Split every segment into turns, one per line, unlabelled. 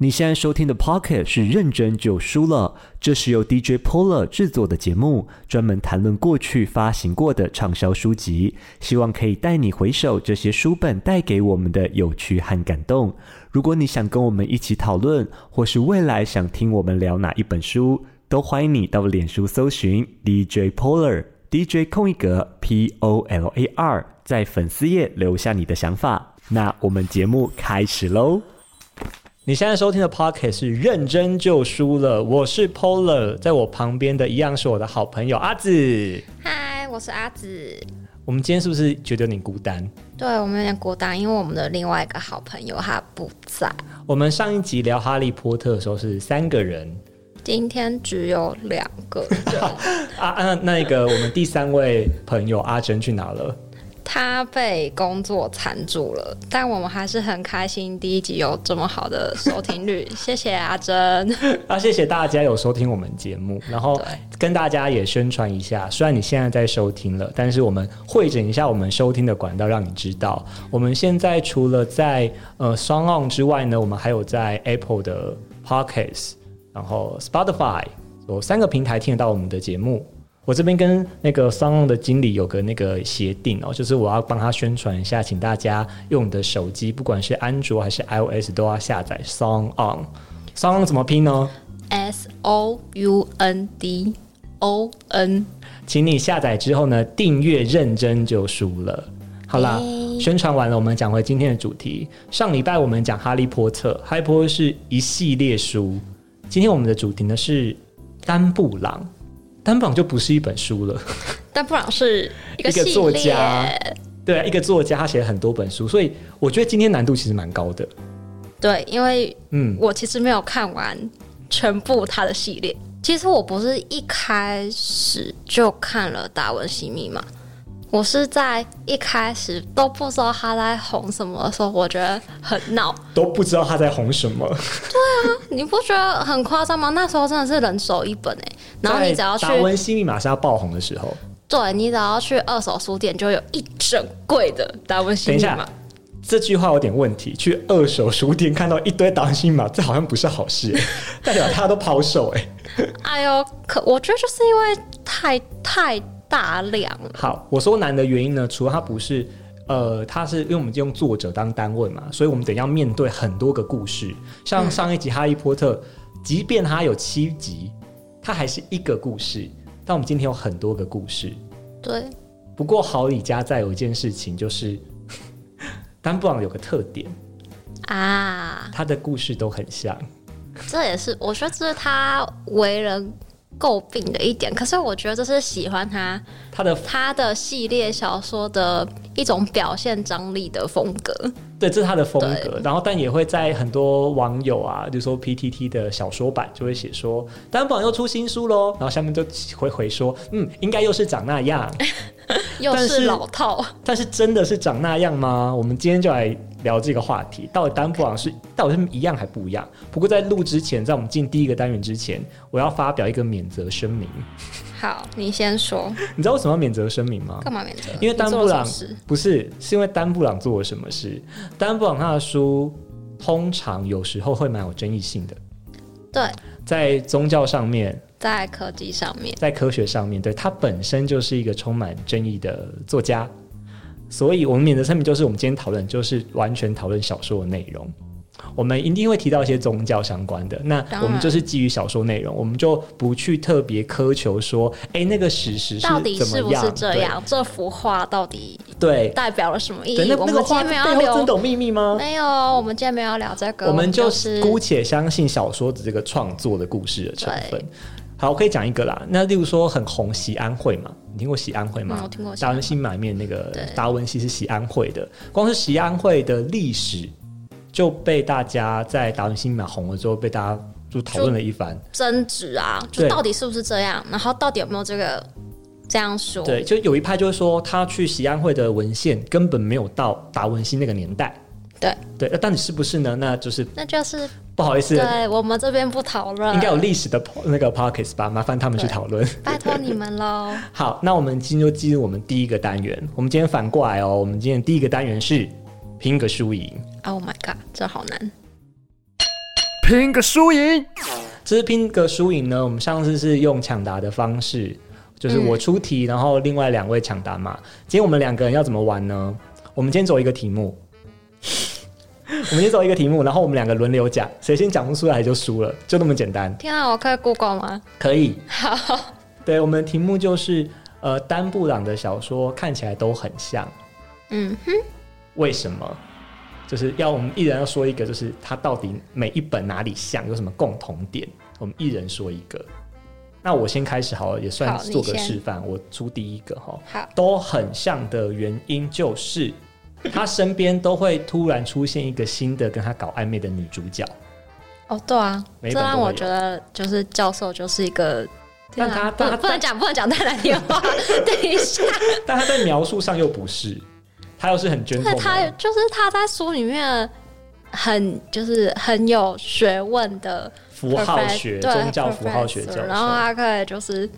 你现在收听的 Pocket 是认真就输了，这是由 DJ Polar 制作的节目，专门谈论过去发行过的畅销书籍，希望可以带你回首这些书本带给我们的有趣和感动。如果你想跟我们一起讨论，或是未来想听我们聊哪一本书，都欢迎你到脸书搜寻 DJ Polar DJ 空一格 P O L A R，在粉丝页留下你的想法。那我们节目开始喽。
你现在收听的 Pocket 是认真就输了，我是 Polar，在我旁边的一样是我的好朋友阿紫。
嗨，我是阿紫。
我们今天是不是觉得有点孤单？
对我们有点孤单，因为我们的另外一个好朋友他不在。
我们上一集聊哈利波特的时候是三个人，
今天只有两个人，
啊啊，那个我们第三位朋友阿珍去哪了？
他被工作缠住了，但我们还是很开心，第一集有这么好的收听率， 谢谢阿珍。
啊，谢谢大家有收听我们节目，然后
对
跟大家也宣传一下，虽然你现在在收听了，但是我们会诊一下我们收听的管道，让你知道，我们现在除了在呃 s o n g On 之外呢，我们还有在 Apple 的 Podcasts，然后 Spotify 有三个平台听得到我们的节目。我这边跟那个 s o n g On 的经理有个那个协定哦，就是我要帮他宣传一下，请大家用你的手机，不管是安卓还是 iOS，都要下载 s o n g On。s o n g On 怎么拼呢？
S O U N D O N，
请你下载之后呢，订阅认真就输了。好啦，
耶
宣传完了，我们讲回今天的主题。上礼拜我们讲《哈利波特》，《哈利波特》是一系列书。今天我们的主题呢是丹布朗，丹布朗就不是一本书了，
但不朗是一个
一个
系
作
列，
家对、啊，一个作家他写了很多本书，所以我觉得今天难度其实蛮高的。
对，因为
嗯，
我其实没有看完全部他的系列。其实我不是一开始就看了《达文西密码》，我是在一开始都不知道他在红什么的时候，我觉得很闹。
都不知道他在红什么。
你不觉得很夸张吗？那时候真的是人手一本哎、 然后你只要去
在，达文西密码是他爆红的时候，
对你只要去二手书店，就有一整柜的《达文西
等一
密
下
码》。
这句话有点问题。去二手书店看到一堆达文西密码，这好像不是好 事、欸，代表他都抛售哎、
哎呦，可我觉得就是因为太太大量了。
好，我说难的原因呢，除了它不是。呃，它是因为我们就用作者当单位嘛，所以我们等一下要面对很多个故事。像上一集《哈利波特》，即便它有七集，它还是一个故事。但我们今天有很多个故事。
对，
不过好李家在有一件事情，就是 丹布朗有个特点，
啊，
他的故事都很像。
这也是我觉得这是他为人诟病的一点。可是我觉得这是喜欢他
他的
他的系列小说的一种表现张力的风格。
对，这是他的风格。然后，但也会在很多网友啊，就说 PTT 的小说版就会写说，单榜又出新书喽。然后下面就会回说，嗯，应该又是长那样。
又
但是
是老套，
但是真的是长那样吗？我们今天就来聊这个话题，到底丹布朗是到底是一样还不一样？不过在录之前，在我们进第一个单元之前，我要发表一个免责声明。
好，你先说，
你知道为什么要免责声明吗？
干嘛免责？
因为丹布朗
你做了什么事
不是，是因为丹布朗做了什么事？丹布朗他的书通常有时候会蛮有争议性的，
对，
在宗教上面，
在科技上面，
在科学上面，对他本身就是一个充满争议的作家，所以我们免责声明就是我们今天讨论就是完全讨论小说的内容。我们一定会提到一些宗教相关的，那
当然
我们就是基于小说内容，我们就不去特别苛求说，哎、那个史实是
到底
怎
是
么
不
样？
是这
对
样？这幅画到底
对
代表了什么意
对，
义。
那
我
那
们
个
今
话
天没有
背
聊
后真懂秘密吗？
没有，我们今天没有要聊这个，
我们就
就是是
姑且相信小说的这个创作的故事的成分
对。
好，我可以讲一个啦。那例如说很红《喜安会》嘛，你听过《喜安会》吗？
嗯我听过喜
达
安会
文西满面那个
对
达文西是喜安会的，光是喜安会的历史就被大家在达文西满红了之后被大家就讨论了一番。
争执啊，就
对
到底是不是这样，然后到底有没有这个这样说？
对，就有一派就会说他去喜安会的文献根本没有到达文西那个年代。
对
对，那到底是不是呢？那就是
那就是
不好意思，
对我们这边不讨论，
应该有历史的那个 pockets 吧，麻烦他们去
对
讨论。
拜托你们喽。
好，那我们今天就进入我们第一个单元。我们今天反过来哦，我们今天第一个单元是拼个输赢。
Oh my god，这好难。
拼个输赢。
这是拼个输赢呢，我们上次是用抢答的方式，就是我出题，然后另外两位抢答嘛。今天我们两个人要怎么玩呢？我们今天走一个题目， 我们先走一个题目，然后我们两个轮流讲，谁先讲不出来就输了，就那么简单。
天啊，我可以 Google 吗？
可以，
好，
对我们的题目就是呃，丹布朗的小说看起来都很像。
嗯哼，
为什么？就是要我们一人要说一个，就是它到底每一本哪里像，有什么共同点？我们一人说一个。那我先开始好了，也算
好你
做个
先
示范。我出第一个哈，
好，
都很像的原因就是，他身边都会突然出现一个新的跟他搞暧昧的女主角，
哦对啊，
每一
这
本都
让我
会有
觉得就是教授就是一个。
但
天啊
他
不
但他
不能讲，不能讲太难听 话。等一下，
但他在描述上又不是，他又是很 g e
那
n
他就是他在书里面很就是很有学问的
符号学、
对
宗教符号学教
professor，然后
授，
他可以就是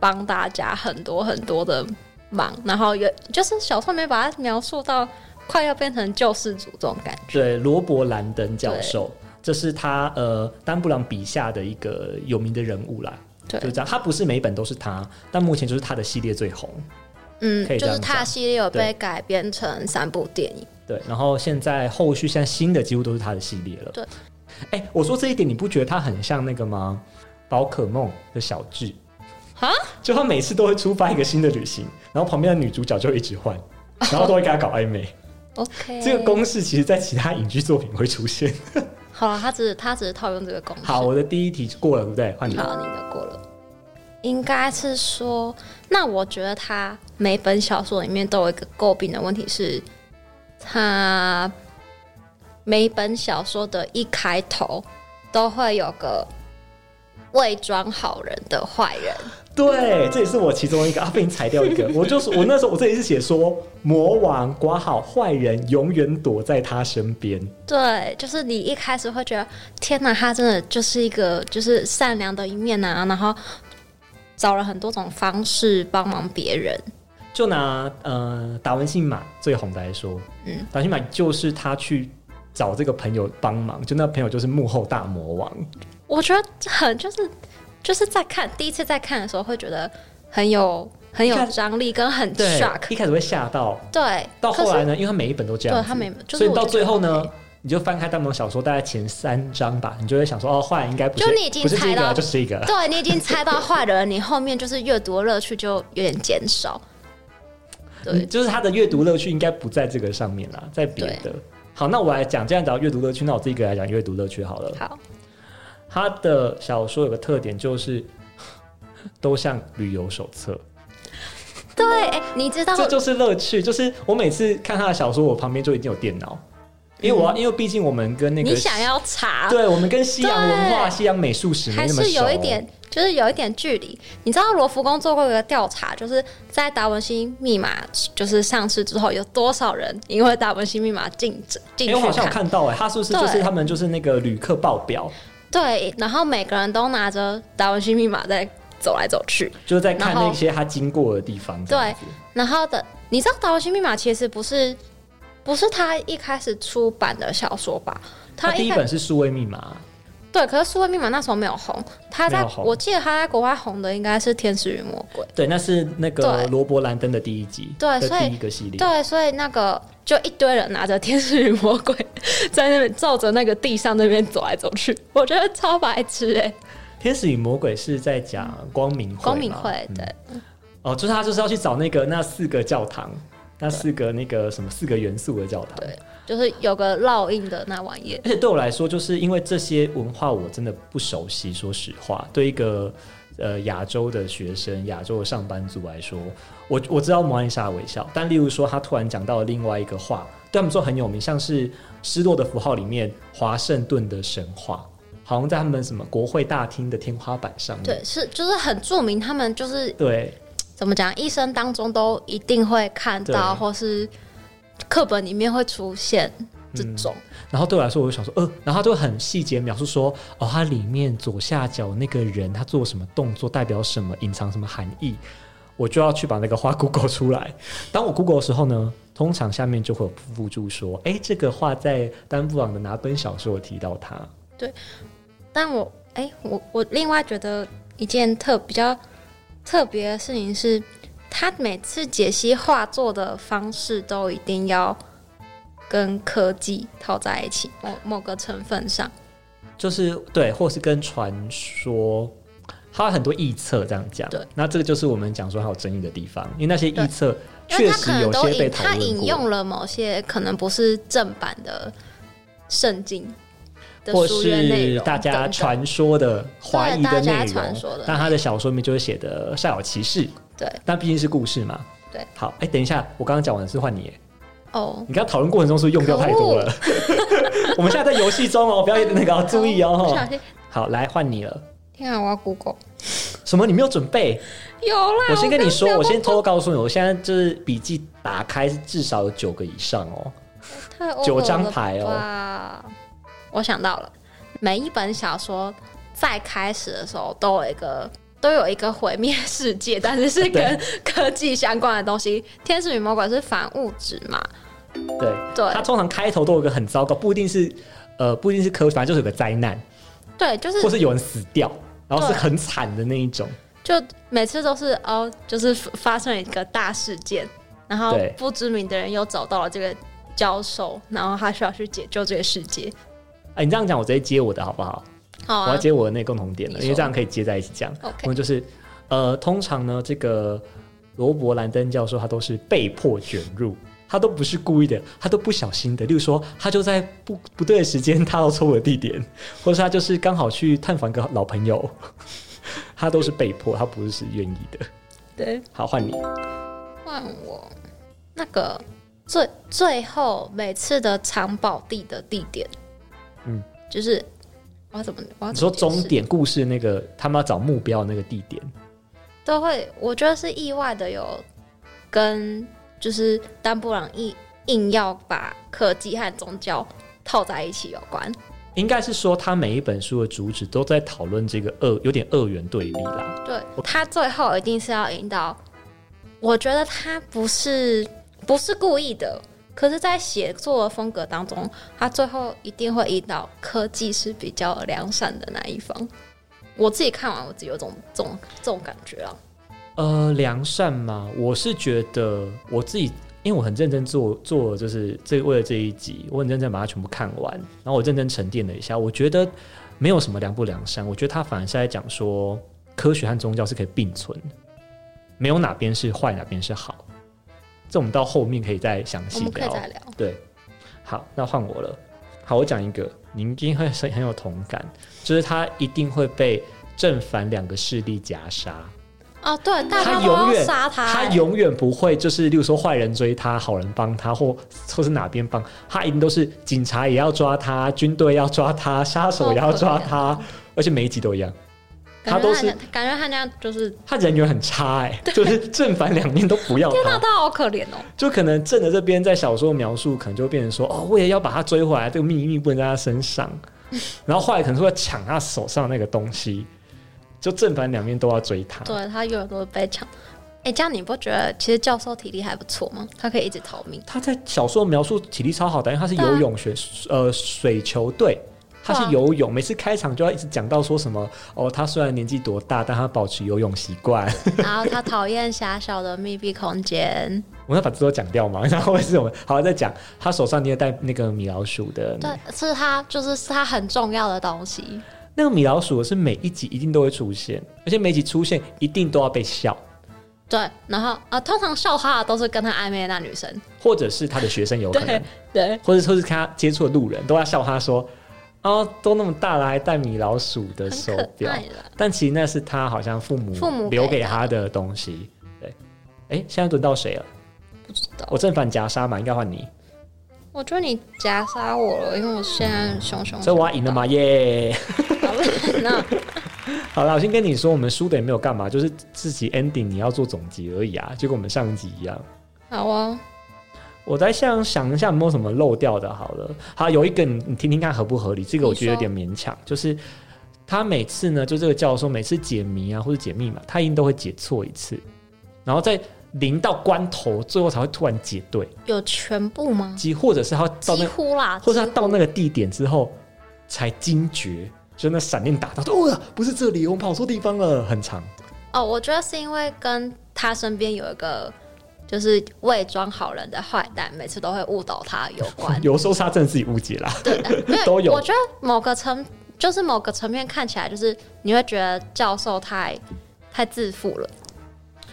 帮大家很多很多的忙，然后也就是小说没把它描述到快要变成救世主这种感觉。
对，罗伯·兰登教授，这是他呃丹布朗笔下的一个有名的人物啦。
对
就是这样，他不是每一本都是他，但目前就是他的系列最红。
嗯
可以，
就
这样
是他的系列有
对
被改编成三部电影。
对，然后现在后续现在新的几乎都是他的系列了。
对，
哎、我说这一点，你不觉得他很像那个吗？宝可梦的小智
哈，
就他每次都会出发一个新的旅行，然后旁边的女主角就一直 换，然后都会跟他搞暧昧。
OK，
这个公式其实在其他影剧作品会出 现。
好了，他只是他只是套用这个公式。
好，我的第一题过了，对不对？换你。
好，你的过了。应该是说，那我觉得他每本小说里面都有一个诟病的问题是，他每本小说的一开头都会有个伪装好人的坏人，
对，这也是我其中一个啊，被你裁掉一个。我就是我那时候我这里是写说，魔王挂好坏人永远躲在他身边。
对，就是你一开始会觉得，天哪，他真的就是一个就是善良的一面啊，然后找了很多种方式帮忙别人，
就拿呃达文西马最红的来说，嗯
嗯，
达文西马就是他去找这个朋友帮忙，就那朋友就是幕后大魔王。
我觉得很就是就是在看第一次在看的时候会觉得很有很
一
有
开始
张力跟很
对
shock，
一开始会吓到，
对，
到后来
可是
呢，因为他每一本都这样子，
对他每就是
所以
我
到
就
最后
觉得
呢
，OK。
你就翻开大魔小说，大概前三章吧，你就会想说，哦，坏人应该不是，
就你已经
不是这
猜
个，啊
到
就是这个。
对你已经猜到坏人，你后面就是阅读乐趣就有点减少。
嗯
对，
就是他的阅读乐趣应该不在这个上面啦，在别的。好，那我来讲，既然讲阅读乐趣，那我自己给来讲阅读乐趣好了。
好，
他的小说有个特点就是， 都像旅游手册，
对，哎你知道
这就是乐趣。就是我每次看他的小说，我旁边就一定有电脑，因为我要，因为毕竟我们跟那
嗯
个
你想要查，
对，我们跟西洋文化、
对
西洋美术史没
还
那么熟，
是有一点，就是有一点距离。你知道罗浮宫做过一个调查，就是在达文西密码就是上市之后，有多少人因为达文西密码进进去
哎、我好像有
看？
看到哎、他是不是就是
对
他们就是那个旅客报表，
对，然后每个人都拿着达文西密码在走来走去。
就是在看
然后
那些他经过的地方这样子。
然后的，你知道达文西密码其实不是不是他一开始出版的小说吧？
他
他
第
一
一
开
本是数位密码，
对，可是数位密码那时候没有红，他
没
在
有红
我记得他在国外红的应该是《天使与魔鬼》。
对，那是那个
对
罗伯·兰登的第一集，
对
的
所以
第一个系列，
对，所以那个就一堆人拿着《天使与魔鬼》 在那边照着那个地上那边走来走去，我觉得超白痴哎、
天使与魔鬼》是在讲光明会嘛，
光明会
嗯
对、
哦，就是他就是要去找那个那四个教堂，那四个那个什么四个元素的教堂。
对就是有个烙印的那玩意儿。
而且对我来说，就是因为这些文化我真的不熟悉，说实话，对一个呃亚洲的学生、亚洲的上班族来说，我我知道摩安莎微笑，但例如说他突然讲到另外一个话，对他们说很有名，像是《失落的符号》里面华盛顿的神话，好像在他们什么国会大厅的天花板上面。
对，是就是很著名，他们就是
对
怎么讲，一生当中都一定会看到，
对
或是课本里面会出现这种。
然后对我来说，我就想说，呃，然后他就很细节描述说，哦，它里面左下角那个人他做什么动作，代表什么，隐藏什么含义，我就要去把那个画 Google 出来。当我 Google 的时候呢，通常下面就会有附注说，哎，这个画在丹布朗的哪本小说有提到它？
但我哎、我我另外觉得一件特比较特别的事情是，他每次解析画作的方式都一定要跟科技套在一起，某某个成分上。
就是对，或是跟传说，它有很多臆测这样讲。
对，
那这个就是我们讲说它有争议的地方，因为那些
对
臆测
因为
确
他可
实
能
有
都
些被
引
讨
他
论过。
引用了某些可能不是正版的圣经的
或
书院内
是
容，
大家传说的怀疑的
对
内
大家传说
容
的，
但他的小说里面就会写的煞有其事，
对
但毕竟是故事嘛。
对，
好，哎、等一下，我刚刚讲完的是换你耶，
哦，
你刚刚讨论过程中是不是用掉太多了。 我们现在在游戏中哦，不要那个哦注意
不
哦。
小心，
好，来换你了。
天啊，我要 Google
什么？你没有准备？
有啦，
我先跟你说，
啊刚
我
刚
先偷偷告诉你，我现在就是笔记打开至少有九个以上哦。
太 over
九张牌哦
了吧我想到了，每一本小说在开始的时候都有一个。都有一个毁灭世界，但是是跟科技相关的东西。天使与魔鬼是反物质嘛？
对，
对
它通常开头都有个很糟糕，不一定是呃，不一定是科学，反正就是有个灾难。
对，就是
或是有人死掉，然后是
对
很惨的那一种。
就每次都是哦，就是发生了一个大事件，然后
对
不知名的人又找到了这个教授，然后他需要去解救这个世界。
哎、你这样讲，我直接接我的好不好？
好
我要
啊，
接我的那个共同点了，
你说
因为这样可以接在一起讲。
OK
我们就是，呃，通常呢，这个罗伯兰登教授他都是被迫卷入，他都不是故意的，他都不小心的。例如说，他就在不不对的时间踏到错误的地点，或是他就是刚好去探访一个老朋友， 他都是被迫，他不是愿意的。
对，
好，换你。
换我那个最最后每次的藏宝地的地点，
嗯，
就是我要怎么我要
你
怎么
说
解释
终点故事那个，他们要找目标的那个地点，
都会，我觉得是意外的有跟就是丹布朗硬硬要把科技和宗教套在一起有关。
应该是说，他每一本书的主旨都在讨论这个二，有点二元对立啦。
对他最后一定是要引导，我觉得他不是不是故意的，可是，在写作的风格当中，他最后一定会引导科技是比较良善的那一方。我自己看完，我自己有种这种这种感觉啊。
呃，良善嘛，我是觉得我自己，因为我很认真做做，就是这为了这一集，我很认真把它全部看完，然后我认真沉淀了一下，我觉得没有什么良不良善，我觉得他反而是在讲说，科学和宗教是可以并存的，没有哪边是坏，哪边是好。这我们到后面可以再详
我
细
们可以
聊。
再聊。
对，好，那换我了。好，我讲一个，您一定会很很有同感，就是他一定会被正反两个势力夹杀。
哦，对，大家都
永
要
远
杀他、
他
欸
永远不会就是，例如说坏人追他，好人帮他，或或是哪边帮他，一定都是警察也要抓他，军队要抓他，杀手也要抓他，而且每一集都一样。他
哦感
都
觉他
是
感觉他那样就是，
他人缘很差哎、 就是正反两面都不要
天
他
哪，，他好可怜哦。
就可能正的这边在小说描述，可能就会变成说，哦，为了要把他追回来，这个秘密不能在他 身上，然后后来可能是会抢他手上那个东西，就正反两面都要追他。
对他永远都会被抢。哎、这样你不觉得其实教授体力还不错吗？他可以一直逃命。
他在小说描述体力超好的，因为他是
对啊
游泳选、呃水球队。他
对
是
啊
游泳，每次开场就要一直讲到说什么哦，他虽然年纪多大，但他保持游泳习惯。
然后他讨厌狭小的密闭空间。
我要把这都讲掉嘛， 然后为什么？好，再讲他手上捏带那个米老鼠的，
对，是他，就是是他很重要的东西。
那个米老鼠是每一集一定都会出现，而且每一集出现一定都要被笑。
对，然后啊，通常笑哈的都是跟他暧昧的那女生，
或者是他的学生有可能
对，对
或者说是看他接触的路人都在笑他说：“哦，都那么大了还戴米老鼠的手表
很可爱啦。”
但其实那是他好像父母
父母给
留给
的
他的东西。对，哎，现在轮到谁了？
不知道。
我正反夹杀嘛，应该换你。
我觉得你夹杀我了，因为我现在熊熊。
所以我要赢了？吗？耶、
好了， 那
好了，我先跟你说，我们输的也没有干嘛，就是自己 ending 你要做总结而已啊，就跟我们上一集一样。
好哦，
我再想想一下有没有什么漏掉的，好了，好有一个你你听听看合不合理，这个我觉得有点勉强，就是他每次呢，就这个教授每次解谜啊或者解密码，他一定都会解错一次，然后在临到关头最后才会突然解对，
有全部吗？
即或者是他到
几
那，
乎啦，
或者他
几乎
到那个地点之后才惊觉，就那闪电打到，说哦呀，不是这里，我们跑错地方了，很长。。
哦，我觉得是因为跟他身边有一个就是伪装好人的坏蛋，每次都会误导他有关
有时候是他真的自己误解啦，
没
都有
我觉得某个层就是某个层面看起来，就是你会觉得教授太太自负了。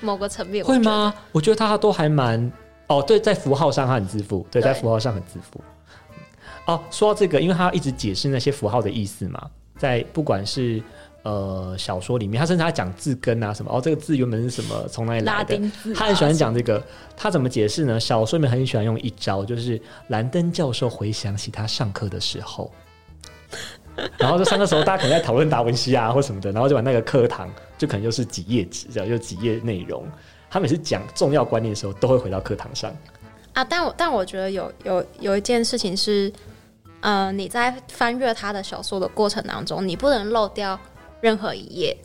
某个层面我
会
觉得？
吗？我觉得他都还蛮……哦，对，在符号上他很自负，
对
对，在符号上很自负。哦，说到这个，因为他一直解释那些符号的意思嘛，在不管是呃小说里面，他甚至他讲字根啊什么，哦，这个字原本是什么，从哪里来
拉
的
丁？字啊
他很喜欢讲这个，他怎么解释呢？小说里面很喜欢用一招，就是兰登教授回想起他上课的时候，然后就上课时候大家可能在讨论达文西啊或什么的，然后就把那个课堂就可能就是几页纸，这样就几页内容。他每次讲重要观念的时候，都会回到课堂上。
啊，但我但我觉得有有有一件事情是，呃，你在翻阅他的小说的过程当中，你不能漏掉任何一页。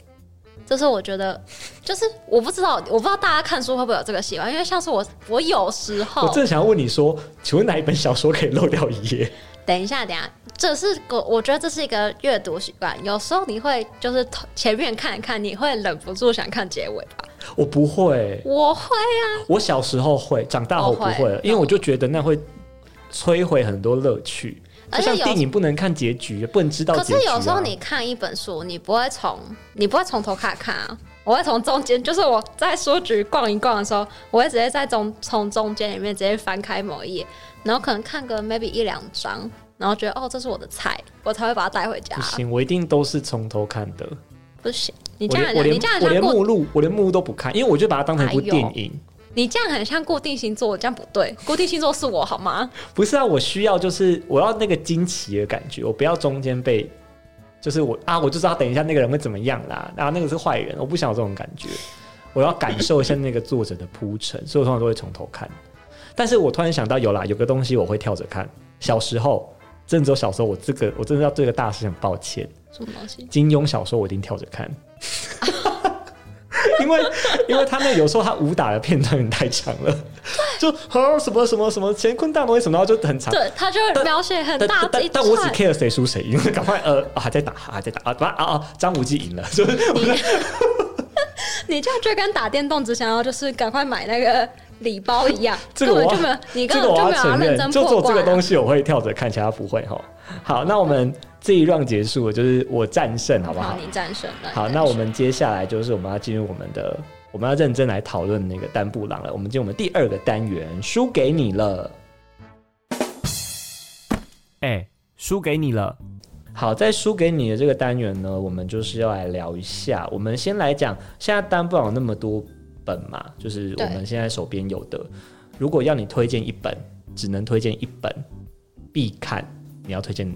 就是我觉得，就是我不知道，我不知道大家看书会不会有这个习惯，因为像是我，我有时候
我正想要问你说，请问哪一本小说可以漏掉一页？
等一下，等一下，这是个我觉得这是一个阅读习惯。有时候你会就是头前面看一看，你会忍不住想看结尾吧？
我不会，
我会啊，
我小时候会，长大后不
我
会
哦会
了，因为我就觉得那会摧毁很多乐趣。
而
就
且
像
有
电影不能看结局，不能知道
可
结局、啊。
是有时候你看一本书，你不会从你不会从头开始看啊。我会从中间，就是我在书局逛一逛的时候，我会直接在中从中间里面直接翻开某一页，然后可能看个 maybe 一两章，然后觉得哦这是我的菜，我才会把它带回家
不。行，我一定都是从头看的。
不行，你
我
这样
连
很像你
我连
这样
我
很像
连
固
目录，我连目录都不看，因为我就把它当成一部
哎呦
电影。
你这样很像固定星座，这样不对，固定星座是我好吗？
不是啊，我需要就是我要那个惊奇的感觉，我不要中间被就是我啊，我就知道等一下那个人会怎么样啦，啊，那个是坏人，我不想有这种感觉，我要感受一下那个作者的铺陈，所以我通常都会从头看。但是我突然想到，有啦，有个东西我会跳着看。小时候，郑州小时候，我这个我真的要对这个大师很抱歉。
什么东西？
金庸小说我一定跳着看， 因为因为他那有时候他武打的片段有点太长了，就和什么什么什么乾坤大挪移什么，然后就很长。
对，他就会描写很
但
大
但
一
但我只
串
care 谁输谁 赢，赶快呃、啊、还在打还在打啊啊啊！张无忌赢了， 就是
你这样就跟打电动只想要就是赶快买那个礼包一样，
这个我
根
要
本就没有，你
这
根
个
本
我
就
要
没有要
承认
认，真
就
破
做这
关
个
啊、
东西我会跳着看，其他不会哈。好，那我们这一 round 结束了，就是我战胜，好不好
好，？你战胜了。
好，
你战胜
那我们接下来就是我们要进入我们的，我们要认真来讨论那个丹布朗了。我们进入我们第二个单元，输给你了。
哎，输给你了。
好，在输给你的这个单元呢，我们就是要来聊一下。我们先来讲，现在丹布朗有那么多本嘛，就是我
对
们现在手边有的，如果要你推荐一本，只能推荐一本必看，你要推荐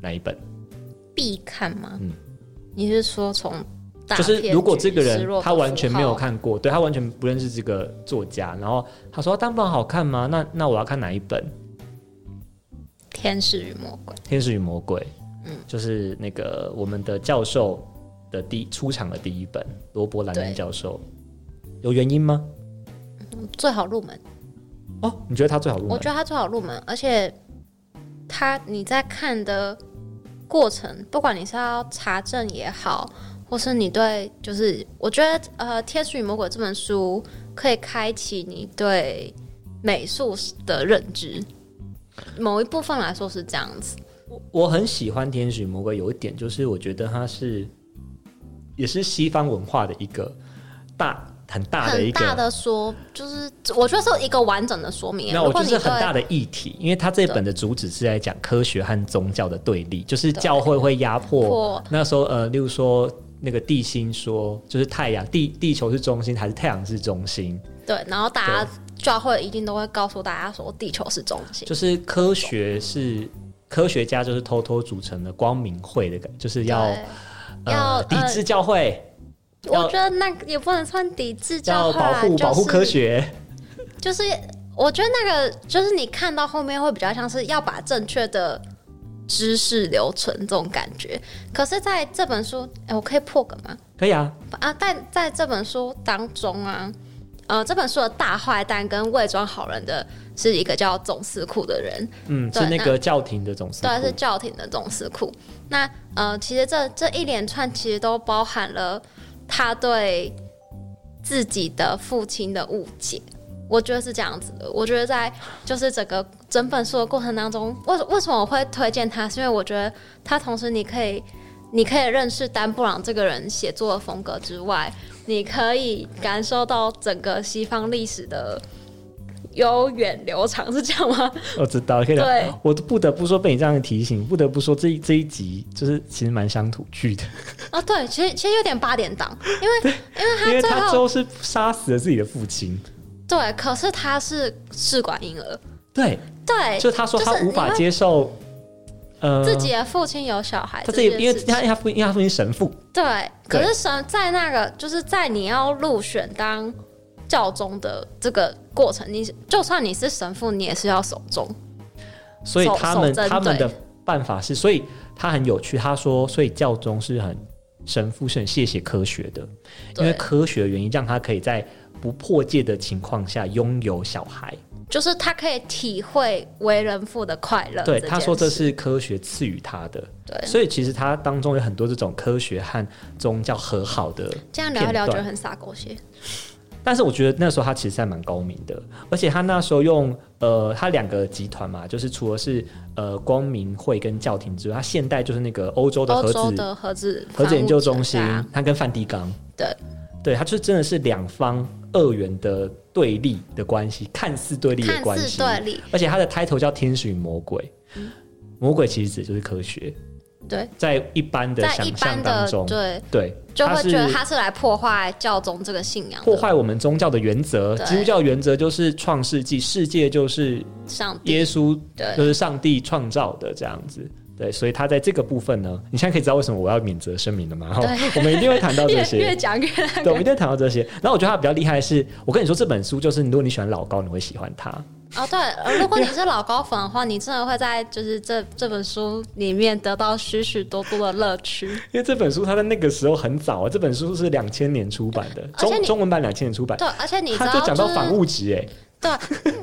哪一本？
必看吗？
嗯
你是说从大
就是
骗
如果
局
这个
失
人
落的
他完全
符号
没有看过，对他完全不认识这个作家，然后他说丹布朗好看吗？那那我要看哪一本？
《天使与魔鬼》，
《天使与魔鬼》，
嗯
就是那个我们的教授的第出场的第一本，罗伯·兰登
对
教授，有原因吗？
最好入门，
哦，你觉得他最好入
我
门？
觉得他最好入门，而且他你在看的过程，不管你是要查证也好，或是你对，就是我觉得呃，《天使与魔鬼》这本书可以开启你对美术的认知，某一部分来说是这样子。
我我很喜欢《天使与魔鬼》，有一点就是我觉得它是也是西方文化的一个大很大的
很
一个
大的说，就是我觉得是一个完整的说明。
那
如
我
果
就
你
是
对
很大的议题，因为他这本的主旨是在讲科学和宗教的对立，就是教会会压迫
迫
那时候呃，例如说那个地心说，就是太阳地地球是中心还是太阳是中心，
对，然后大家教会一定都会告诉大家说地球是中心，
就是科学是科学家就是偷偷组成的光明会的感，就是要
对
呃
要
抵制教会，要
我觉得那个也不能算抵制教
要
会
保
啦，
护保护科
啊就是
学，
就是我觉得那个就是你看到后面会比较像是要把正确的知识留存这种感觉。可是在这本书，哎、我可以破梗吗？
可以啊，
啊，但在这本书当中啊，呃，这本书的大坏蛋跟伪装好人的是一个叫总司库的人，
嗯，
对
是那
那
个教廷的总司
对，啊是
库，
教廷的总司库。那呃，其实这这一连串其实都包含了他对自己的父亲的误解。我觉得是这样子的。我觉得在就是整个整本书的过程当中，为为什么我会推荐他？是因为我觉得他同时你可以，你可以认识丹布朗这个人写作的风格之外，你可以感受到整个西方历史的悠远流长，是这样吗？
我知道，可以
对
了。我不得不说被你这样提醒，不得不说这一这一集就是其实蛮乡土剧的。
啊，对，其实其实有点八点档，因为因为
因
他
为
最
他最
后
后是杀死了自己的父亲。
对，可是他是试管婴儿，
对，
对，
就他说他
就是
无法
你会
接受，呃，
自己的父亲有小孩这
他自己
件事情，
因为他他父因为他父亲是神父，
对，
对
可是神在那个就是在你要入选当教宗的这个过程，你就算你是神父，你也是要守宗，
所以
手
他们
手针
他们
对
的办法是，所以他很有趣。他说，所以教宗是很神父是很谢谢科学的，因
对
为科学的原因让他可以在不破戒的情况下拥有小孩。
就是他可以体会为人父的快乐。
对，他说这
呃件事
是科学赐予他的。
对
所以其实他当中有很多这种科学和宗教和好的
这样聊一
片
聊，
段
觉得很洒狗血。
但是我觉得那时候他其实还蛮高明的，而且他那时候用呃，他两个集团嘛，就是除了是呃光明会跟教廷之外，他现代就是那个欧洲的
欧
核
洲
子
的核子
核子研究中
防
心
务专啊家，
他跟梵蒂冈，
对
对，他就真的是两方二元的对立的关系，看似对立的
看
关
似
系，
对嗯立，
而且他的 title 叫天使与魔鬼，魔鬼其实指就是科学，
对。
在一般的
在
想
一
象
般
当
的
中，
对，
对，
就会
是
觉得他是来破坏教宗这个信仰的，
破坏我们宗教的原则，
对
基督教原则就是创世纪，世界就是
上帝。
耶稣，
对
就是上帝创造的这样子。对，所以他在这个部分呢，你现在可以知道为什么我要免责声明了嘛？哈，我们一定会谈到这
越
些，
越讲 越那
对，我们
个
一定会谈到这些。然后我觉得他比较厉害的是，我跟你说这本书就是，如果你喜欢老高，你会喜欢他。
哦，对，呃如果你是老高粉的话，你真的会在就是这这本书里面得到许许多多的乐趣。
因为这本书它在那个时候很早啊，这本书是两千年出版的，
而且
中
你
中文版两千年出版，
对，而且你知
他
道、，
就是讲到反物质、哎，
对，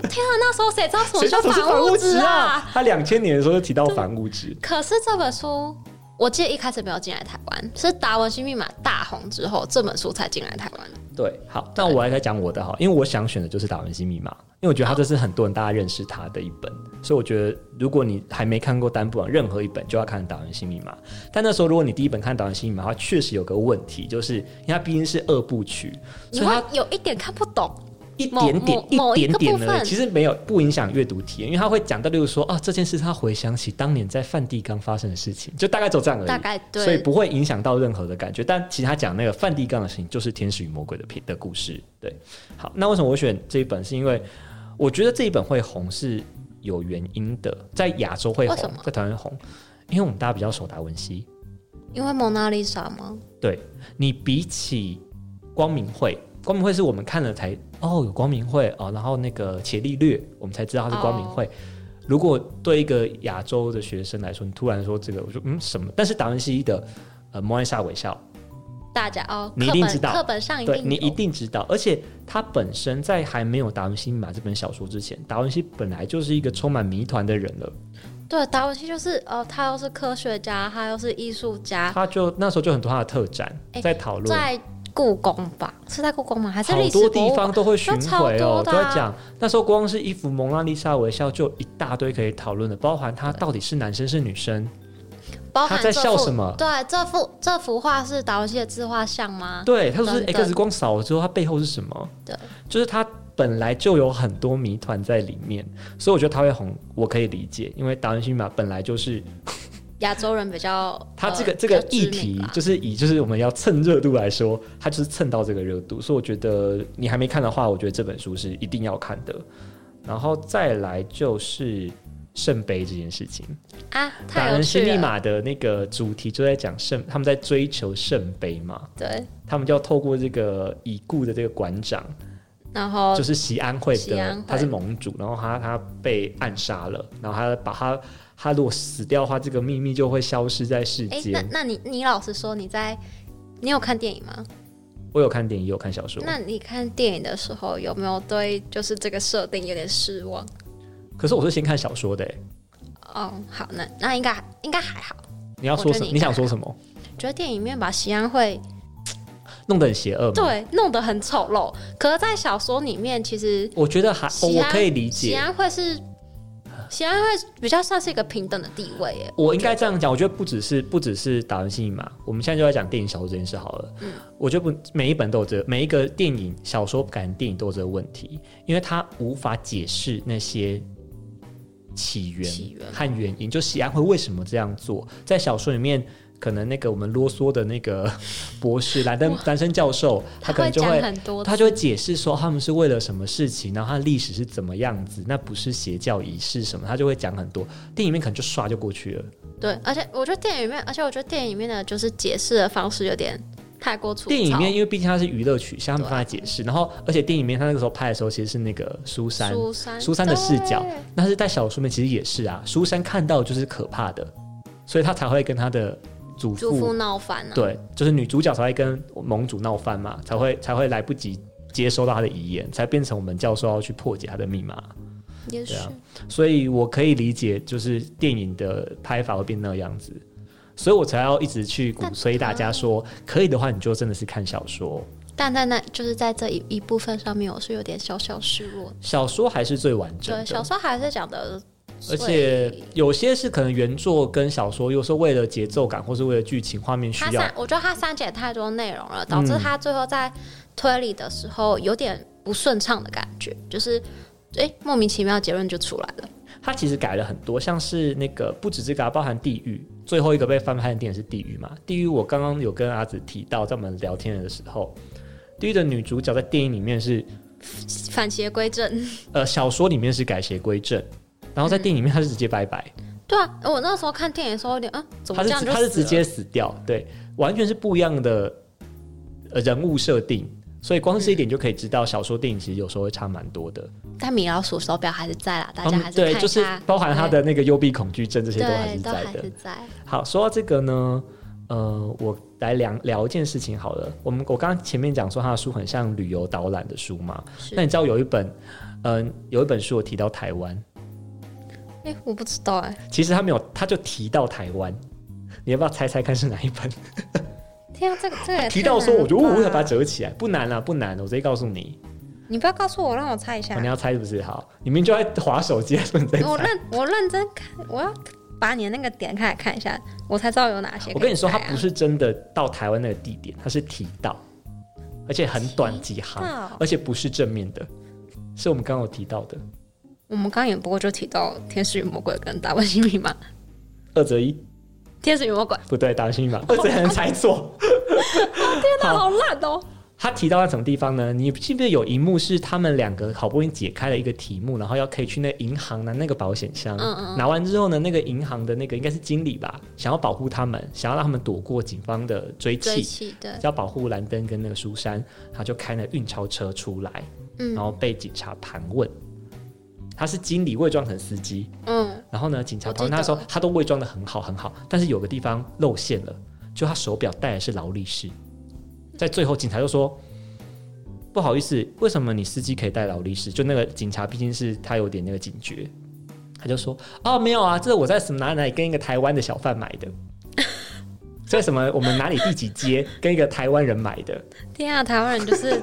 天啊，那时候谁知道什么
谁叫
叫
什么是
反
反
物
物质
质
啊
啊？？
他两千年的时候就提到反物质，
可是这本书，我记得一开始没有进来台湾，是《达文西密码》大红之后，这本书才进来台湾。
对，好，那我来再讲我的哈，因为我想选的就是《达文西密码》，因为我觉得它这是很多人大家认识它的一本，所以我觉得如果你还没看过丹布朗任何一本，就要看《达文西密码》。但那时候如果你第一本看《达文西密码》，它确实有个问题，就是因为它毕竟是二部曲，
你
所以它
会有一点看不懂，
一点点、
某某
点点
某一个部
的，
分
其实没有不影响阅读体验，因为他会讲到，例如说啊，这件事他回想起当年在梵蒂冈发生的事情，就大概走这样而已，
大概对
所以不会影响到任何的感觉。但其实他讲那个梵蒂冈的事情，就是天使与魔鬼的片的故事。对，好，那为什么我选这一本？是因为我觉得这一本会红是有原因的，在亚洲会
为什
红
么，
在台湾会红，因为我们大家比较熟达文西，
因为蒙娜丽莎吗？
对你比起光明会，光明会是我们看了才哦有光明会哦，然后那个伽利略我们才知道
哦
它是光明会。如果对一个亚洲的学生来说，你突然说这个，我说嗯什么？但是达文西的呃《摩艾莎微笑》，
大家哦，
你一
课
定
本
知道
课本上一定
对你
有
一定知道，而且他本身在还没有《达文西密码》这本小说之前，达文西本来就是一个充满谜团的人了。
对达文西就是哦，他又是科学家，他又是艺术家，
他就那时候就很多他的特展
哎
在讨论，
啊在故宫吧？是在故宫吗？还是
好
历
多
史
地
博物
方
馆？
都会巡回哦，
那超多
都
的啊
在讲。那时候光是一幅《蒙娜丽莎微笑》就有一大堆可以讨论的，包含它到底是男生是女生，
包含
他在
这
笑
幅
什么
对，这幅这幅画是达文西的自画像吗？
对，他就是
等等
X 光扫了之后，它背后是什么？
对，
就是它本来就有很多谜团在里面，所以我觉得他会红，我可以理解，因为达文西密码本来就是
亚洲人比 较
它这
呃
个、这个
比较
议
知名
题
吧，
就是以就是我们要蹭热度来说，它就是蹭到这个热度，所以我觉得你还没看的话，我觉得这本书是一定要看的。然后再来就是圣杯这件事情，
啊，
达
太有
文西
趣
密
了。
码的那个主题就在讲圣，他们在追求圣杯嘛，
对，
他们就要透过这个已故的这个馆长，
然后
就是席安会
哦席安
的
会，
他是盟主，然后他他被暗杀了，然后他把他他如果死掉的话，这个秘密就会消失在世
哎、
间
那。那你你老实说，你在你有看电影吗？
我有看电影，也有看小说，
那你看电影的时候有没有对就是这个设定有点失望？
可是我是先看小说的欸。
哦，好，那那应该应该还好。
你要说什
我觉得？
么
你
你想说什么？
觉得电影里面把西安会
弄得很邪恶吗？，
对弄得很丑陋，可是，在小说里面其实
我觉得还、哦
西
我
安
可以理
西
解。
安会是西安会比较算是一个平等的地位耶。
我应该这样讲，我觉得不只是不只是达文西密码，我们现在就在讲电影小说这件事好了。
嗯
我觉得不，每一本都有这每一个电影小说改成电影都有这个问题，因为它无法解释那些起源
起源
和原因，就西安会为什么这样做，在小说里面。可能那个我们啰嗦的那个 博士兰登兰森教授，他可
会
能就
讲
会
很多次，
他就会解释说他们是为了什么事情，然后他历史是怎么样子，那不是邪教仪式什么，他就会讲很多。电影里面可能就刷就过去了，
对，而且我觉得电影里面，而且我觉得电影里面的就是解释的方式有点太过粗糙。
电影里面因为毕竟它是娱乐取向，他们
对啊
帮他解释。然后而且电影里面他那个时候拍的时候，其实是那个苏珊，
苏珊
苏珊的视角
对
那是在小说里面其实也是啊，苏珊看到就是可怕的，所以他才会跟他的祖
祖
父
父闹翻了、啊，
对，就是女主角才会跟盟主闹翻嘛，才会才会来不及接收到他的遗言，才变成我们教授要去破解他的密码。
也许、
对啊所以我可以理解，就是电影的拍法会变那个样子，所以我才要一直去鼓吹大家说，可以的话你就真的是看小说，
但在那就是在这一一部分上面，我是有点小小失落。
小说还是最完整
对，
的
小。说还是讲的，
而且有些是可能原作跟小说，又是为了节奏感，或是为了剧情画面需
他
要
删，，我觉得他删减太多内容了，导致
嗯
他最后在推理的时候有点不顺畅的感觉，就是哎、诶莫名其妙结论就出来了。
它其实改了很多，像是那个不止这个、啊，包含地狱，最后一个被翻拍的电影是地狱嘛？地狱我刚刚有跟阿紫提到，在我们聊天的时候，地狱的女主角在电影里面是
反邪归 正，
呃，小说里面是改邪归正，然后在电影里面他是直接拜拜，
对啊，我那时候看电影的时候有点，嗯，怎么
他
这
是
样
直
就
他是直
死了
接死掉，对，完全是不一样的呃人物设定，所以光是一点就可以知道小说电影其实有时候会差蛮多的。
但米老鼠手表还是在啦，大家
嗯
还是看一
对，
下，
就是包含他的那个幽闭恐惧症这些
对
都还是
对都
在
还
的
是。在。
好，说到这个呢，呃，我来聊聊一件事情好了。我们我刚刚前面讲说他的书很像旅游导览的书嘛，
是
那你知道有一本，嗯、有一本书我提到台湾，
哎、我不知道哎、
其实他没有，他就提到台湾。你要不要猜猜看是哪一 本？
天啊，这个这个也
提
太
到说，
难
我就哦
了吧
我想把它折起来，不难啊啦，不难，我直接告诉你。
你不要告诉我，让我猜一下
哦你。要猜是不是？好，你们就在划手机，还是你在
我
猜？
认我认真看，我要把你的那个点开来看一下，我才知道有哪些可以猜啊、
我跟你说，他不是真的到台湾那个地点，他是提到，而且很短几行
提到，
而且不是正面的，是我们刚刚有提到的
我们刚演播就提到《天使与魔鬼》跟《达文西密码》，《
二择一，
天使与魔鬼》
不对，打新密码，二择一人猜错。
真的好烂哦、
他提到那什么地方呢？你记不记得有一幕是他们两个好不容易解开了一个题目，然后要可以去那银行拿那个保险箱，
嗯嗯
拿完之后呢，那个银行的那个应该是经理吧，想要保护他们，想要让他们躲过警方的追
追
击，
气对，
要保护兰登跟那个苏珊，他就开了运钞车出来，然
嗯
后被警察盘问。他是经理伪装成司机，
嗯，
然后呢，警察
我
盘
记
问他
得
说他都伪装的很好很好，但是有个地方露馅了，就他手表戴的是劳力士，在最后警察就说不好意思，为什么你司机可以戴劳力士？就那个警察毕竟是他有点那个警觉，他就说哦没有啊，这是我在什么哪里哪里跟一个台湾的小贩买 的， 在什么我们哪里第几街跟一个台湾人买的，
天啊，台湾人就是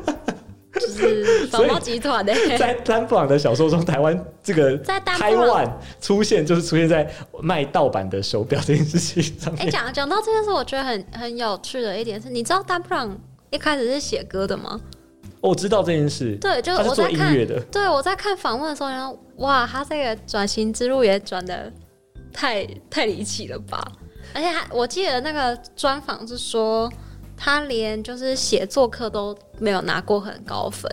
就是
所
宝
以
宝集团的、欸。
在丹布朗的小说中，台湾这个
在丹布
台
朗
湾出现就是出现在卖盗版的手表这件事情上
哎、
面。
讲讲到这件事，我觉得很很有趣的一点是，你知道丹布朗一开始是写歌的吗？
哦我知道这件事，
对，就是
他是
我在
做音
看，
乐的，
对我在看访问的时候，然后哇，他这个转型之路也转的太太离奇了吧！而且他，我记得那个专访是说，他连就是写作课都没有拿过很高分，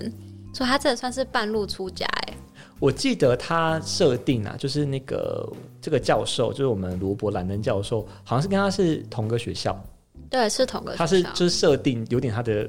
所以他这算是半路出家哎、
我记得他设定啊，就是那个这个教授，就是我们罗伯·兰登教授，好像是跟他是同个学校，
对，是同个
他
学
是
校
就是设定有点他的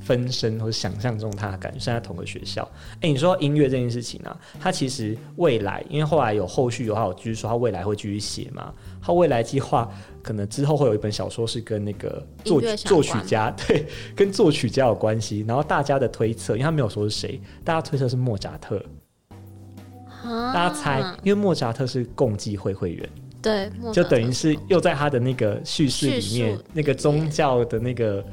分身或者想象中他的感觉，是在同个学校。哎、你说音乐这件事情啊，他其实未来，因为后来有后续有还有继续说他未来会继续写嘛，他未来计划可能之后会有一本小说是跟那个作
音乐相
作曲
关
家对跟作曲家有关系，然后大家的推测，因为他没有说是谁，大家推测是莫扎特，
啊
大家猜，因为莫扎特是共济会会员。
对，莫
就
扎
等
特
于是又在他的那个叙事
叙
里
述里
面
面，
那个宗教的那个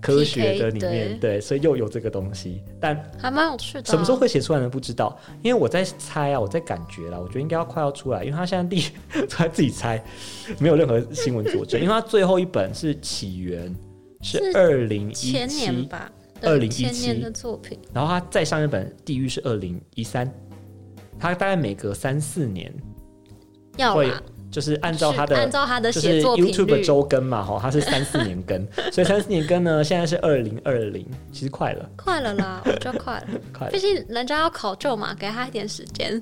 科学的里面
PK，对，
对，所以又有这个东西。但
还蛮有趣的啊、
什么时候会写出来呢？不知道，因为我在猜啊，我在感觉啦，我觉得应该要快要出来，因为他现在第 他自己猜，没有任何新闻 佐证，因为他最后一本是《起源》，是
是
二零一
前年
七，
吧？
2017
对前年的作品，
然后他再上一本《地狱》是二零一三，他大概每隔三四年
要
会
啦，
就是按照他的
是按照他的
就
写
是
作频率
YouTube 周更嘛，哈，它是三四年更， 所以三四年更呢，现在是二零二零，其实快了，
快了啦，我觉得快了。
快了
毕。竟人家要考究嘛，给他一点时间。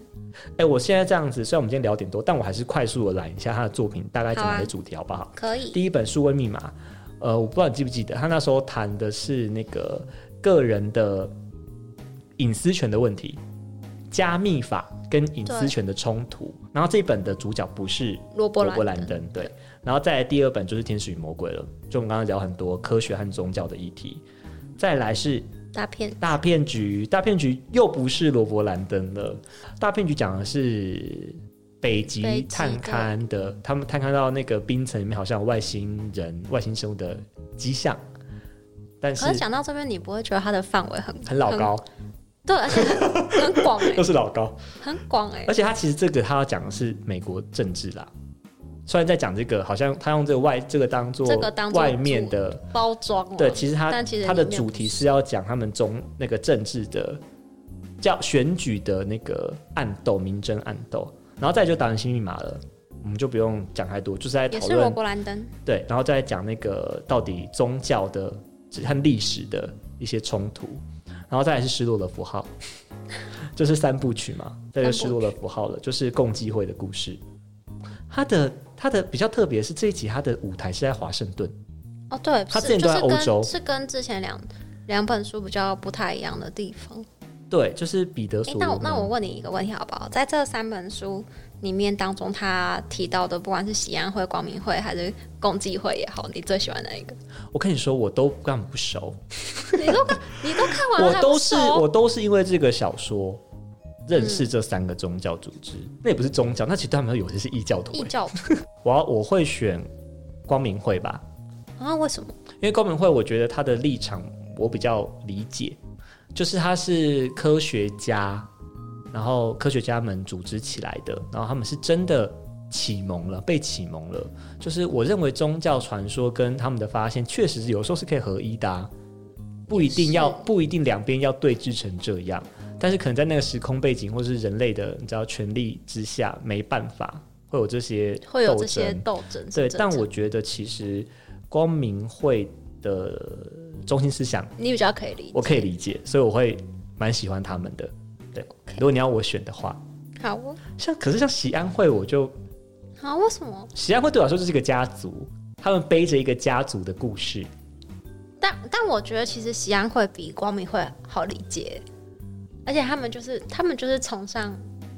哎、我现在这样子，虽然我们今天聊点多，但我还是快速的览一下他的作品，大概讲
好啊
哪些主题好不好？
可以，
第一本《数位密码》，呃，我不知道你记不记得，他那时候谈的是那个个人的隐私权的问题，加密法跟隐私
对
权的冲突。然后这一本的主角不是
罗伯
罗伯
兰
兰登，对。然后再来第二本就是《天使与魔鬼》了，就我们刚刚聊很多科学和宗教的议题。再来是
大片
大骗局，大骗局又不是罗伯兰登了，大骗局讲的是北
北
极
极的
探勘的，他们探勘到那个冰层里面好像有外星人、外星生物的迹象，但是
可是讲到这边，你不会觉得它的范围很
很老高，
对，而且很很广哎、
又是老高，
很广哎、
而且他其实这个他要讲的是美国政治啦。虽然在讲这个，好像他用这个外这个当做
这个当作
外面的
包装哦
对，其实它
但其实
它的
里面
主题是要讲他们中那个政治的叫选举的那个暗斗、明争暗斗，然后再就打人新密码了，我们就不用讲太多，就是在
也
讨
是罗
论
伯兰登，
对，然后再讲那个到底宗教的和历史的一些冲突，然后再来是失落的符号， 就是三部曲嘛，再就是失落的符号了，就是共济会的故事。它的它的比较特别是这一集它的舞台是在华盛顿。
哦对，
他
是
之前都在
就是跟
欧洲
是跟之前两两本书比较不太一样的地方。
对，就是彼得
哎、
所罗
那
门。
我那我问你一个问题好不好？在这三本书里面当中，他提到的不管是喜安会、光明会还是共济会也好，你最喜欢哪一个？
我跟你说，我都根本不熟，
你都看你都看完了
我
还不
都是
熟
我都是因为这个小说认识这三个宗教组织。那也不是宗教，那其实他们有些是异教徒、
异
欸。
教徒
我要我会选光明会吧，
啊？为什么？
因为光明会我觉得他的立场我比较理解，就是他是科学家，然后科学家们组织起来的，然后他们是真的启蒙了，被启蒙了。就是我认为宗教传说跟他们的发现，确实是有时候是可以合一的、啊，不一定要
是
不一定两边要对峙成这样，但是可能在那个时空背景或是人类的你知道权力之下，没办法会有这些
会有
斗
这些
争
斗争是
对，
真
但
正
我觉得其实光明会的中心思想
你比较可以理解。
我可以理解，所以我会蛮喜欢他们的。对
OK
如果你要我选的话，
好哦，
像可是像喜安会，我就
好，为什么？
喜安会对我来说就是一个家族，他们背着一个家族的故事。
但但我觉得其实西安会比光明会好理解，而且他们就是他们就是崇尚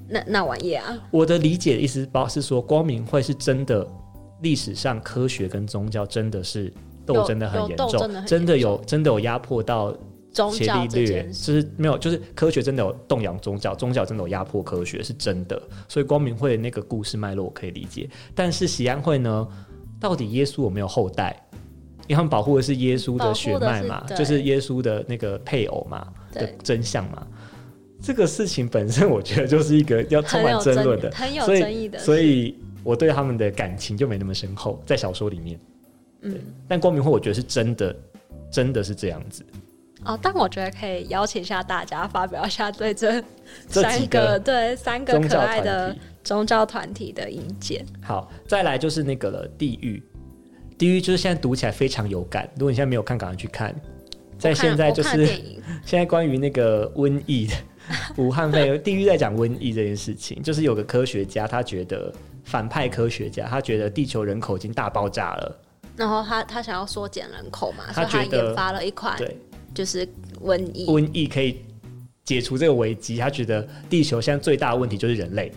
那那玩意啊，
我的理解的意思包是说，光明会是真的历史上科学跟宗教真的是斗
有
争的很
有
严
斗
重，
争得很
真的
严
有真的有压迫到
宗
伽
教
利
这
略
件事。
就是没有，就是科学真的有动摇宗教，宗教真的有压迫科学，是真的。所以光明会的那个故事脉络我可以理解，但是喜安会呢，到底耶稣有没有后代？因为他们保护的是耶稣的血脉嘛
保护的，是对
就是耶稣的那个配偶嘛的
对
真相嘛。这个事情本身，我觉得就是一个要充
很
满
有
争论
争
的，
很有
所
争
以
议的，
所以我对他们的感情就没那么深厚，在小说里面。
嗯
但光明会，我觉得是真的，真的是这样子。
哦，但我觉得可以邀请一下大家发表一下对这
这
三
几
个
个
对三个
宗
可
教
爱
团
的
体，
宗教团体的意见。
好，再来就是那个了，地狱。地狱就是现在读起来非常有感，如果你现在没有看，赶快去看。在
我看
现在就
我看了
是
电影，
现在关于那个瘟疫 的武汉肺炎，地狱在讲瘟疫这件事情，就是有个科学家，他觉得反派科学家，他觉得地球人口已经大爆炸了，
然后他他想要缩减人口嘛，所
他
以他
觉得
研发了一款
对，
就是瘟疫，
瘟疫可以解除这个危机，他觉得地球现在最大的问题就是人类，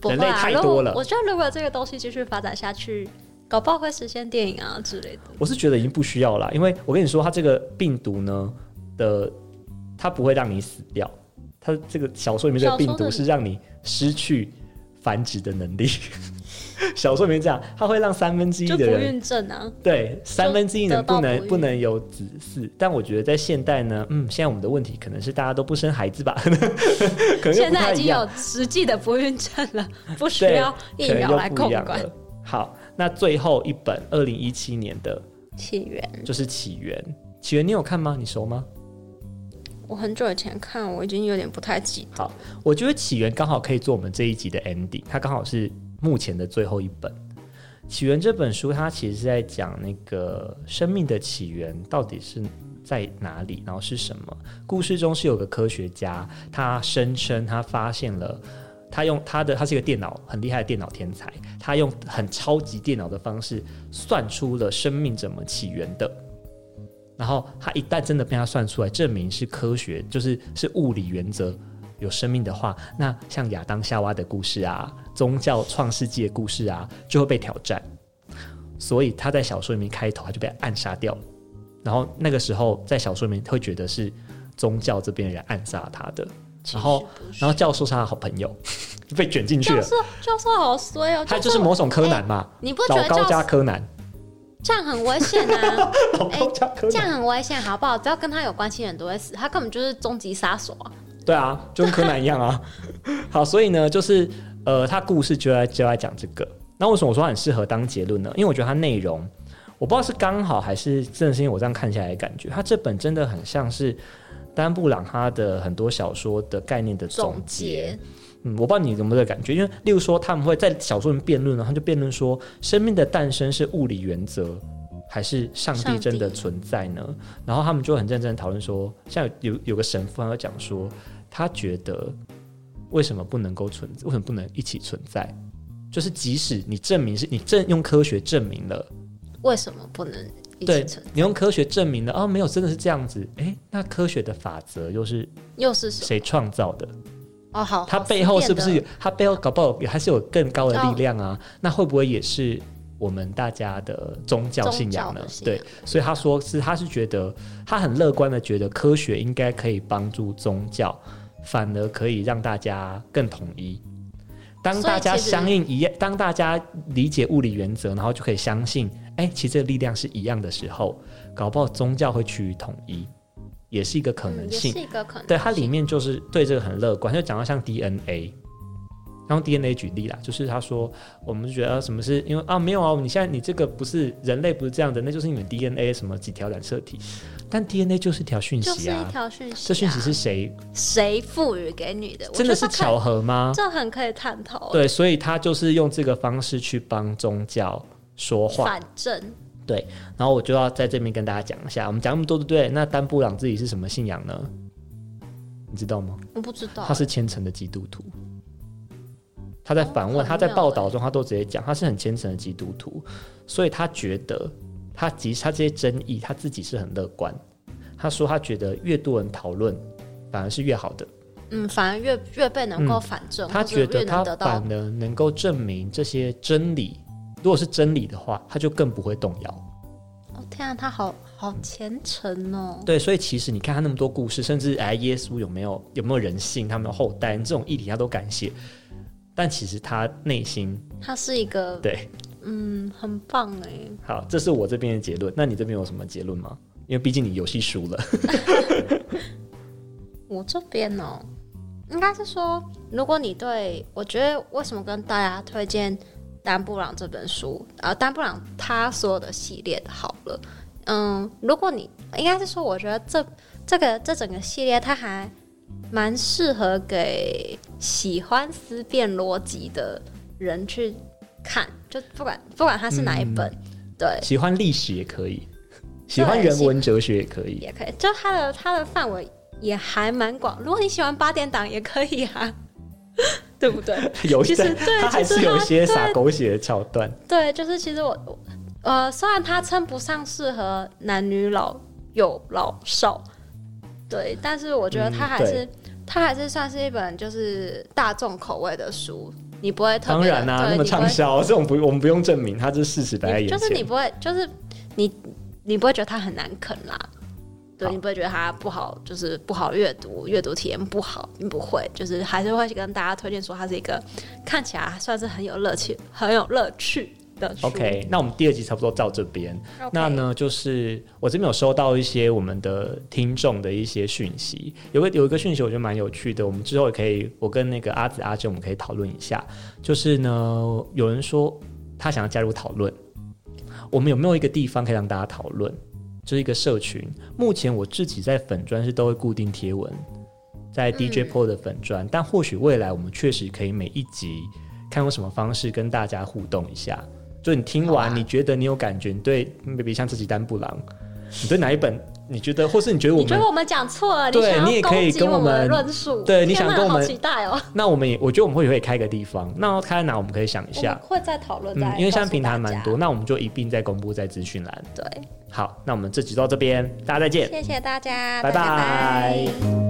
不会
人类
啊
太
如果
多了
我觉得如果这个东西继续发展下去，搞不好会实现电影啊之类的。
我是觉得已经不需要了，因为我跟你说，它这个病毒呢的，它不会让你死掉，它这个小说里面这个病
小说
毒
的
是让你失去繁殖的能力。 小说里面这样，它会让三分之一
就不
的人
孕症啊，
对三分之一
得
人
到不
不能
育
不能有子嗣。但我觉得在现代呢，嗯，现在我们的问题可能是大家都不生孩子吧， 可能又
现
不
在
太
已
一
经
样
有，实际的不孕症了，不需
对
要疫
可能
苗来
又不
控
一样
管
了。好，那最后一本二零一七年的
起源。
就是《起源》，《起源》你有看吗？你熟吗？
我很久以前看，我已经有点不太记得。
我觉得《起源》刚好可以做我们这一集的 ending，它刚好是目前的最后一本。《起源》这本书，它其实是在讲那个生命的起源到底是在哪里，然后是什么。故事中是有个科学家，他声称他发现了。他用他的，他是一个电脑很厉害的电脑天才，他用很超级电脑的方式算出了生命怎么起源的。然后他一旦真的被他算出来，证明是科学，就是是物理原则有生命的话，那像亚当夏娃的故事啊，宗教创世纪的故事啊，就会被挑战。所以他在小说里面开头他就被暗杀掉了，然后那个时候在小说里面会觉得是宗教这边的人暗杀他的，然后然后教授是他的好朋友，就被卷进去
教
了。
授，教授好衰哦！
他
教
就
授哎
是某种柯南嘛，
你不觉
老
得
高
教
加
授
柯南，
这样很危险 啊？
老高加柯
这
南，
样很危险，好不好？只要跟他有关系的人都会死，他根本就是终极杀手啊！
对啊，就跟柯南一 样啊。好，所以呢，就是呃，他故事就在就在讲这个。那为什么我说它很适合当结论呢？因为我觉得它内容，我不知道是刚好还是真的是因为我这样看下来的感觉，它这本真的很像是丹布朗他的很多小说的概念的总
总
结
结。
嗯，我不知道你有没有这个感觉，因为例如说他们会在小说里面辩论呢，他就辩论说生命的诞生是物理原则还是上
上
帝
帝
真的存在呢？然后他们就很认真地讨论说，像有有个神父他会讲说，他觉得为什么不能够存，为什么不能一起存在？就是即使你证明是你证用科学证明了，
为什么不能一起
对
存？
你用科学证明了，哦，没有真的是这样子，诶，那科学的法则又是
又是什么？
谁创造的？
哦，好，
它
好
背后是不是
变
有？它背后搞不好有还是有更高的力量
哦
啊？那会不会也是我们大家的宗教信仰
宗
呢
教的？信
对
仰，
所以他说是，他是觉得他很乐观的，觉得科学应该可以帮助宗教，反而可以让大家更统一。当大家
所以其实
相应一样，当大家理解物理原则，然后就可以相信，哎、其实这个力量是一样的时候，搞不好宗教会趋于统一，也是一个可
嗯
能
也
性
是。一个可能性。
对，它里面就是对这个很乐观，就讲到像 DNA，然后 DNA 举例啦，就是他说我们就觉得、啊、什么是因为啊没有啊，你现在你这个不是人类不是这样的，那就是你们 DNA 什么几条染色体，但 DNA 就是一条讯
就
息
是一
啊，
条讯息、啊，
这讯息是谁？
谁赋予给你的？我
真的
觉
是
得这可以
巧合吗？
这很可以探讨。，欸
对，所以他就是用这个方式去帮宗教说话。
反正
然后我就要在这边跟大家讲一下，我们讲那么多，对不对？那丹布朗自己是什么信仰呢？你知道吗？
我不知道欸
他，是虔诚的基督徒。他在反问，
哦
他在
很妙
报道中，他都直接讲，他是很虔诚的基督徒，所以他觉得他即他这些争议，他自己是很乐观。他说他觉得越多人讨论，反而是越好的。
嗯，反而越越被能够
嗯
反正，
他
或者
觉得
越
他
能得
反
到
而能够证明这些真理，如果是真理的话，他就更不会动摇。
哦天啊，他好好虔诚哦。
对，所以其实你看他那么多故事，甚至哎，耶稣有没有有没有人性，他们有后代这种议题，他都敢写。但其实他内心
他是一个
对
嗯，很棒哎、
好，这是我这边的结论。那你这边有什么结论吗？因为毕竟你游戏输了，
我这边哦，应该是说，如果你对我觉得为什么跟大家推荐丹布朗这本书，呃，丹布朗他所有的系列的好了，嗯，如果你应该是说，我觉得这这个这整个系列它还蛮适合给喜欢思辨逻辑的人去看，就不管不管它是哪一本，对，
喜欢历史也可以，喜欢人文哲学也可以。
也可以，就它的它的范围也还蛮广。如果你喜欢八点档也可以 啊，对不对？
有一
其
些
实对
他还
其实
是有一
它
些
对
撒狗血的桥段。
对，就是其实我我呃，虽然它称不上适合男女老幼老少，对，但是我觉得它
嗯
还是、它还是算是一本就是大众口味的书，你不会特
当
别
然啦、啊
对
那么
你不会
畅销，这种不我们不用证明，它是事实摆在
你
眼前。
就是你不会，就是你你不会觉得它很难啃啦，对
好
你不会觉得它不好，就是不好阅读，阅读体验不好，你不会，就是还是会跟大家推荐说它是一个看起来算是很有乐趣、很有乐趣的书。
OK，那我们第二集差不多到这边。
OK
那呢，就是我这边有收到一些我们的听众的一些讯息，有个有一个讯息我觉得蛮有趣的，我们之后也可以，我跟那个阿紫阿珍我们可以讨论一下。就是呢，有人说他想要加入讨论，我们有没有一个地方可以让大家讨论？就是一个社群。目前我自己在粉砖是都会固定贴文，
嗯
在 DJ p o 的粉砖，但或许未来我们确实可以每一集看用什么方式跟大家互动一下。就你听
啊
完，你觉得你有感觉，你对，maybe 像这集丹布朗，你对哪一本，你觉得，或是你觉得我
你觉
们
得我们讲错了，
对
想
你也
要
可以
攻击
跟我
我们
们
的论述，
对你
天
想
哪
跟我
好
们
期待哦，
那我们也，我觉得我们会也会开个地方，那要开在哪我们可以想一
我们
下，
会再讨论，
嗯
再，
因为现
告
在
诉
平台
大
蛮
家
多，，那我们就一并再公布在资讯栏。
对，
好，那我们这集就到这边，大家再见。
谢谢大家，
拜
大家
拜
拜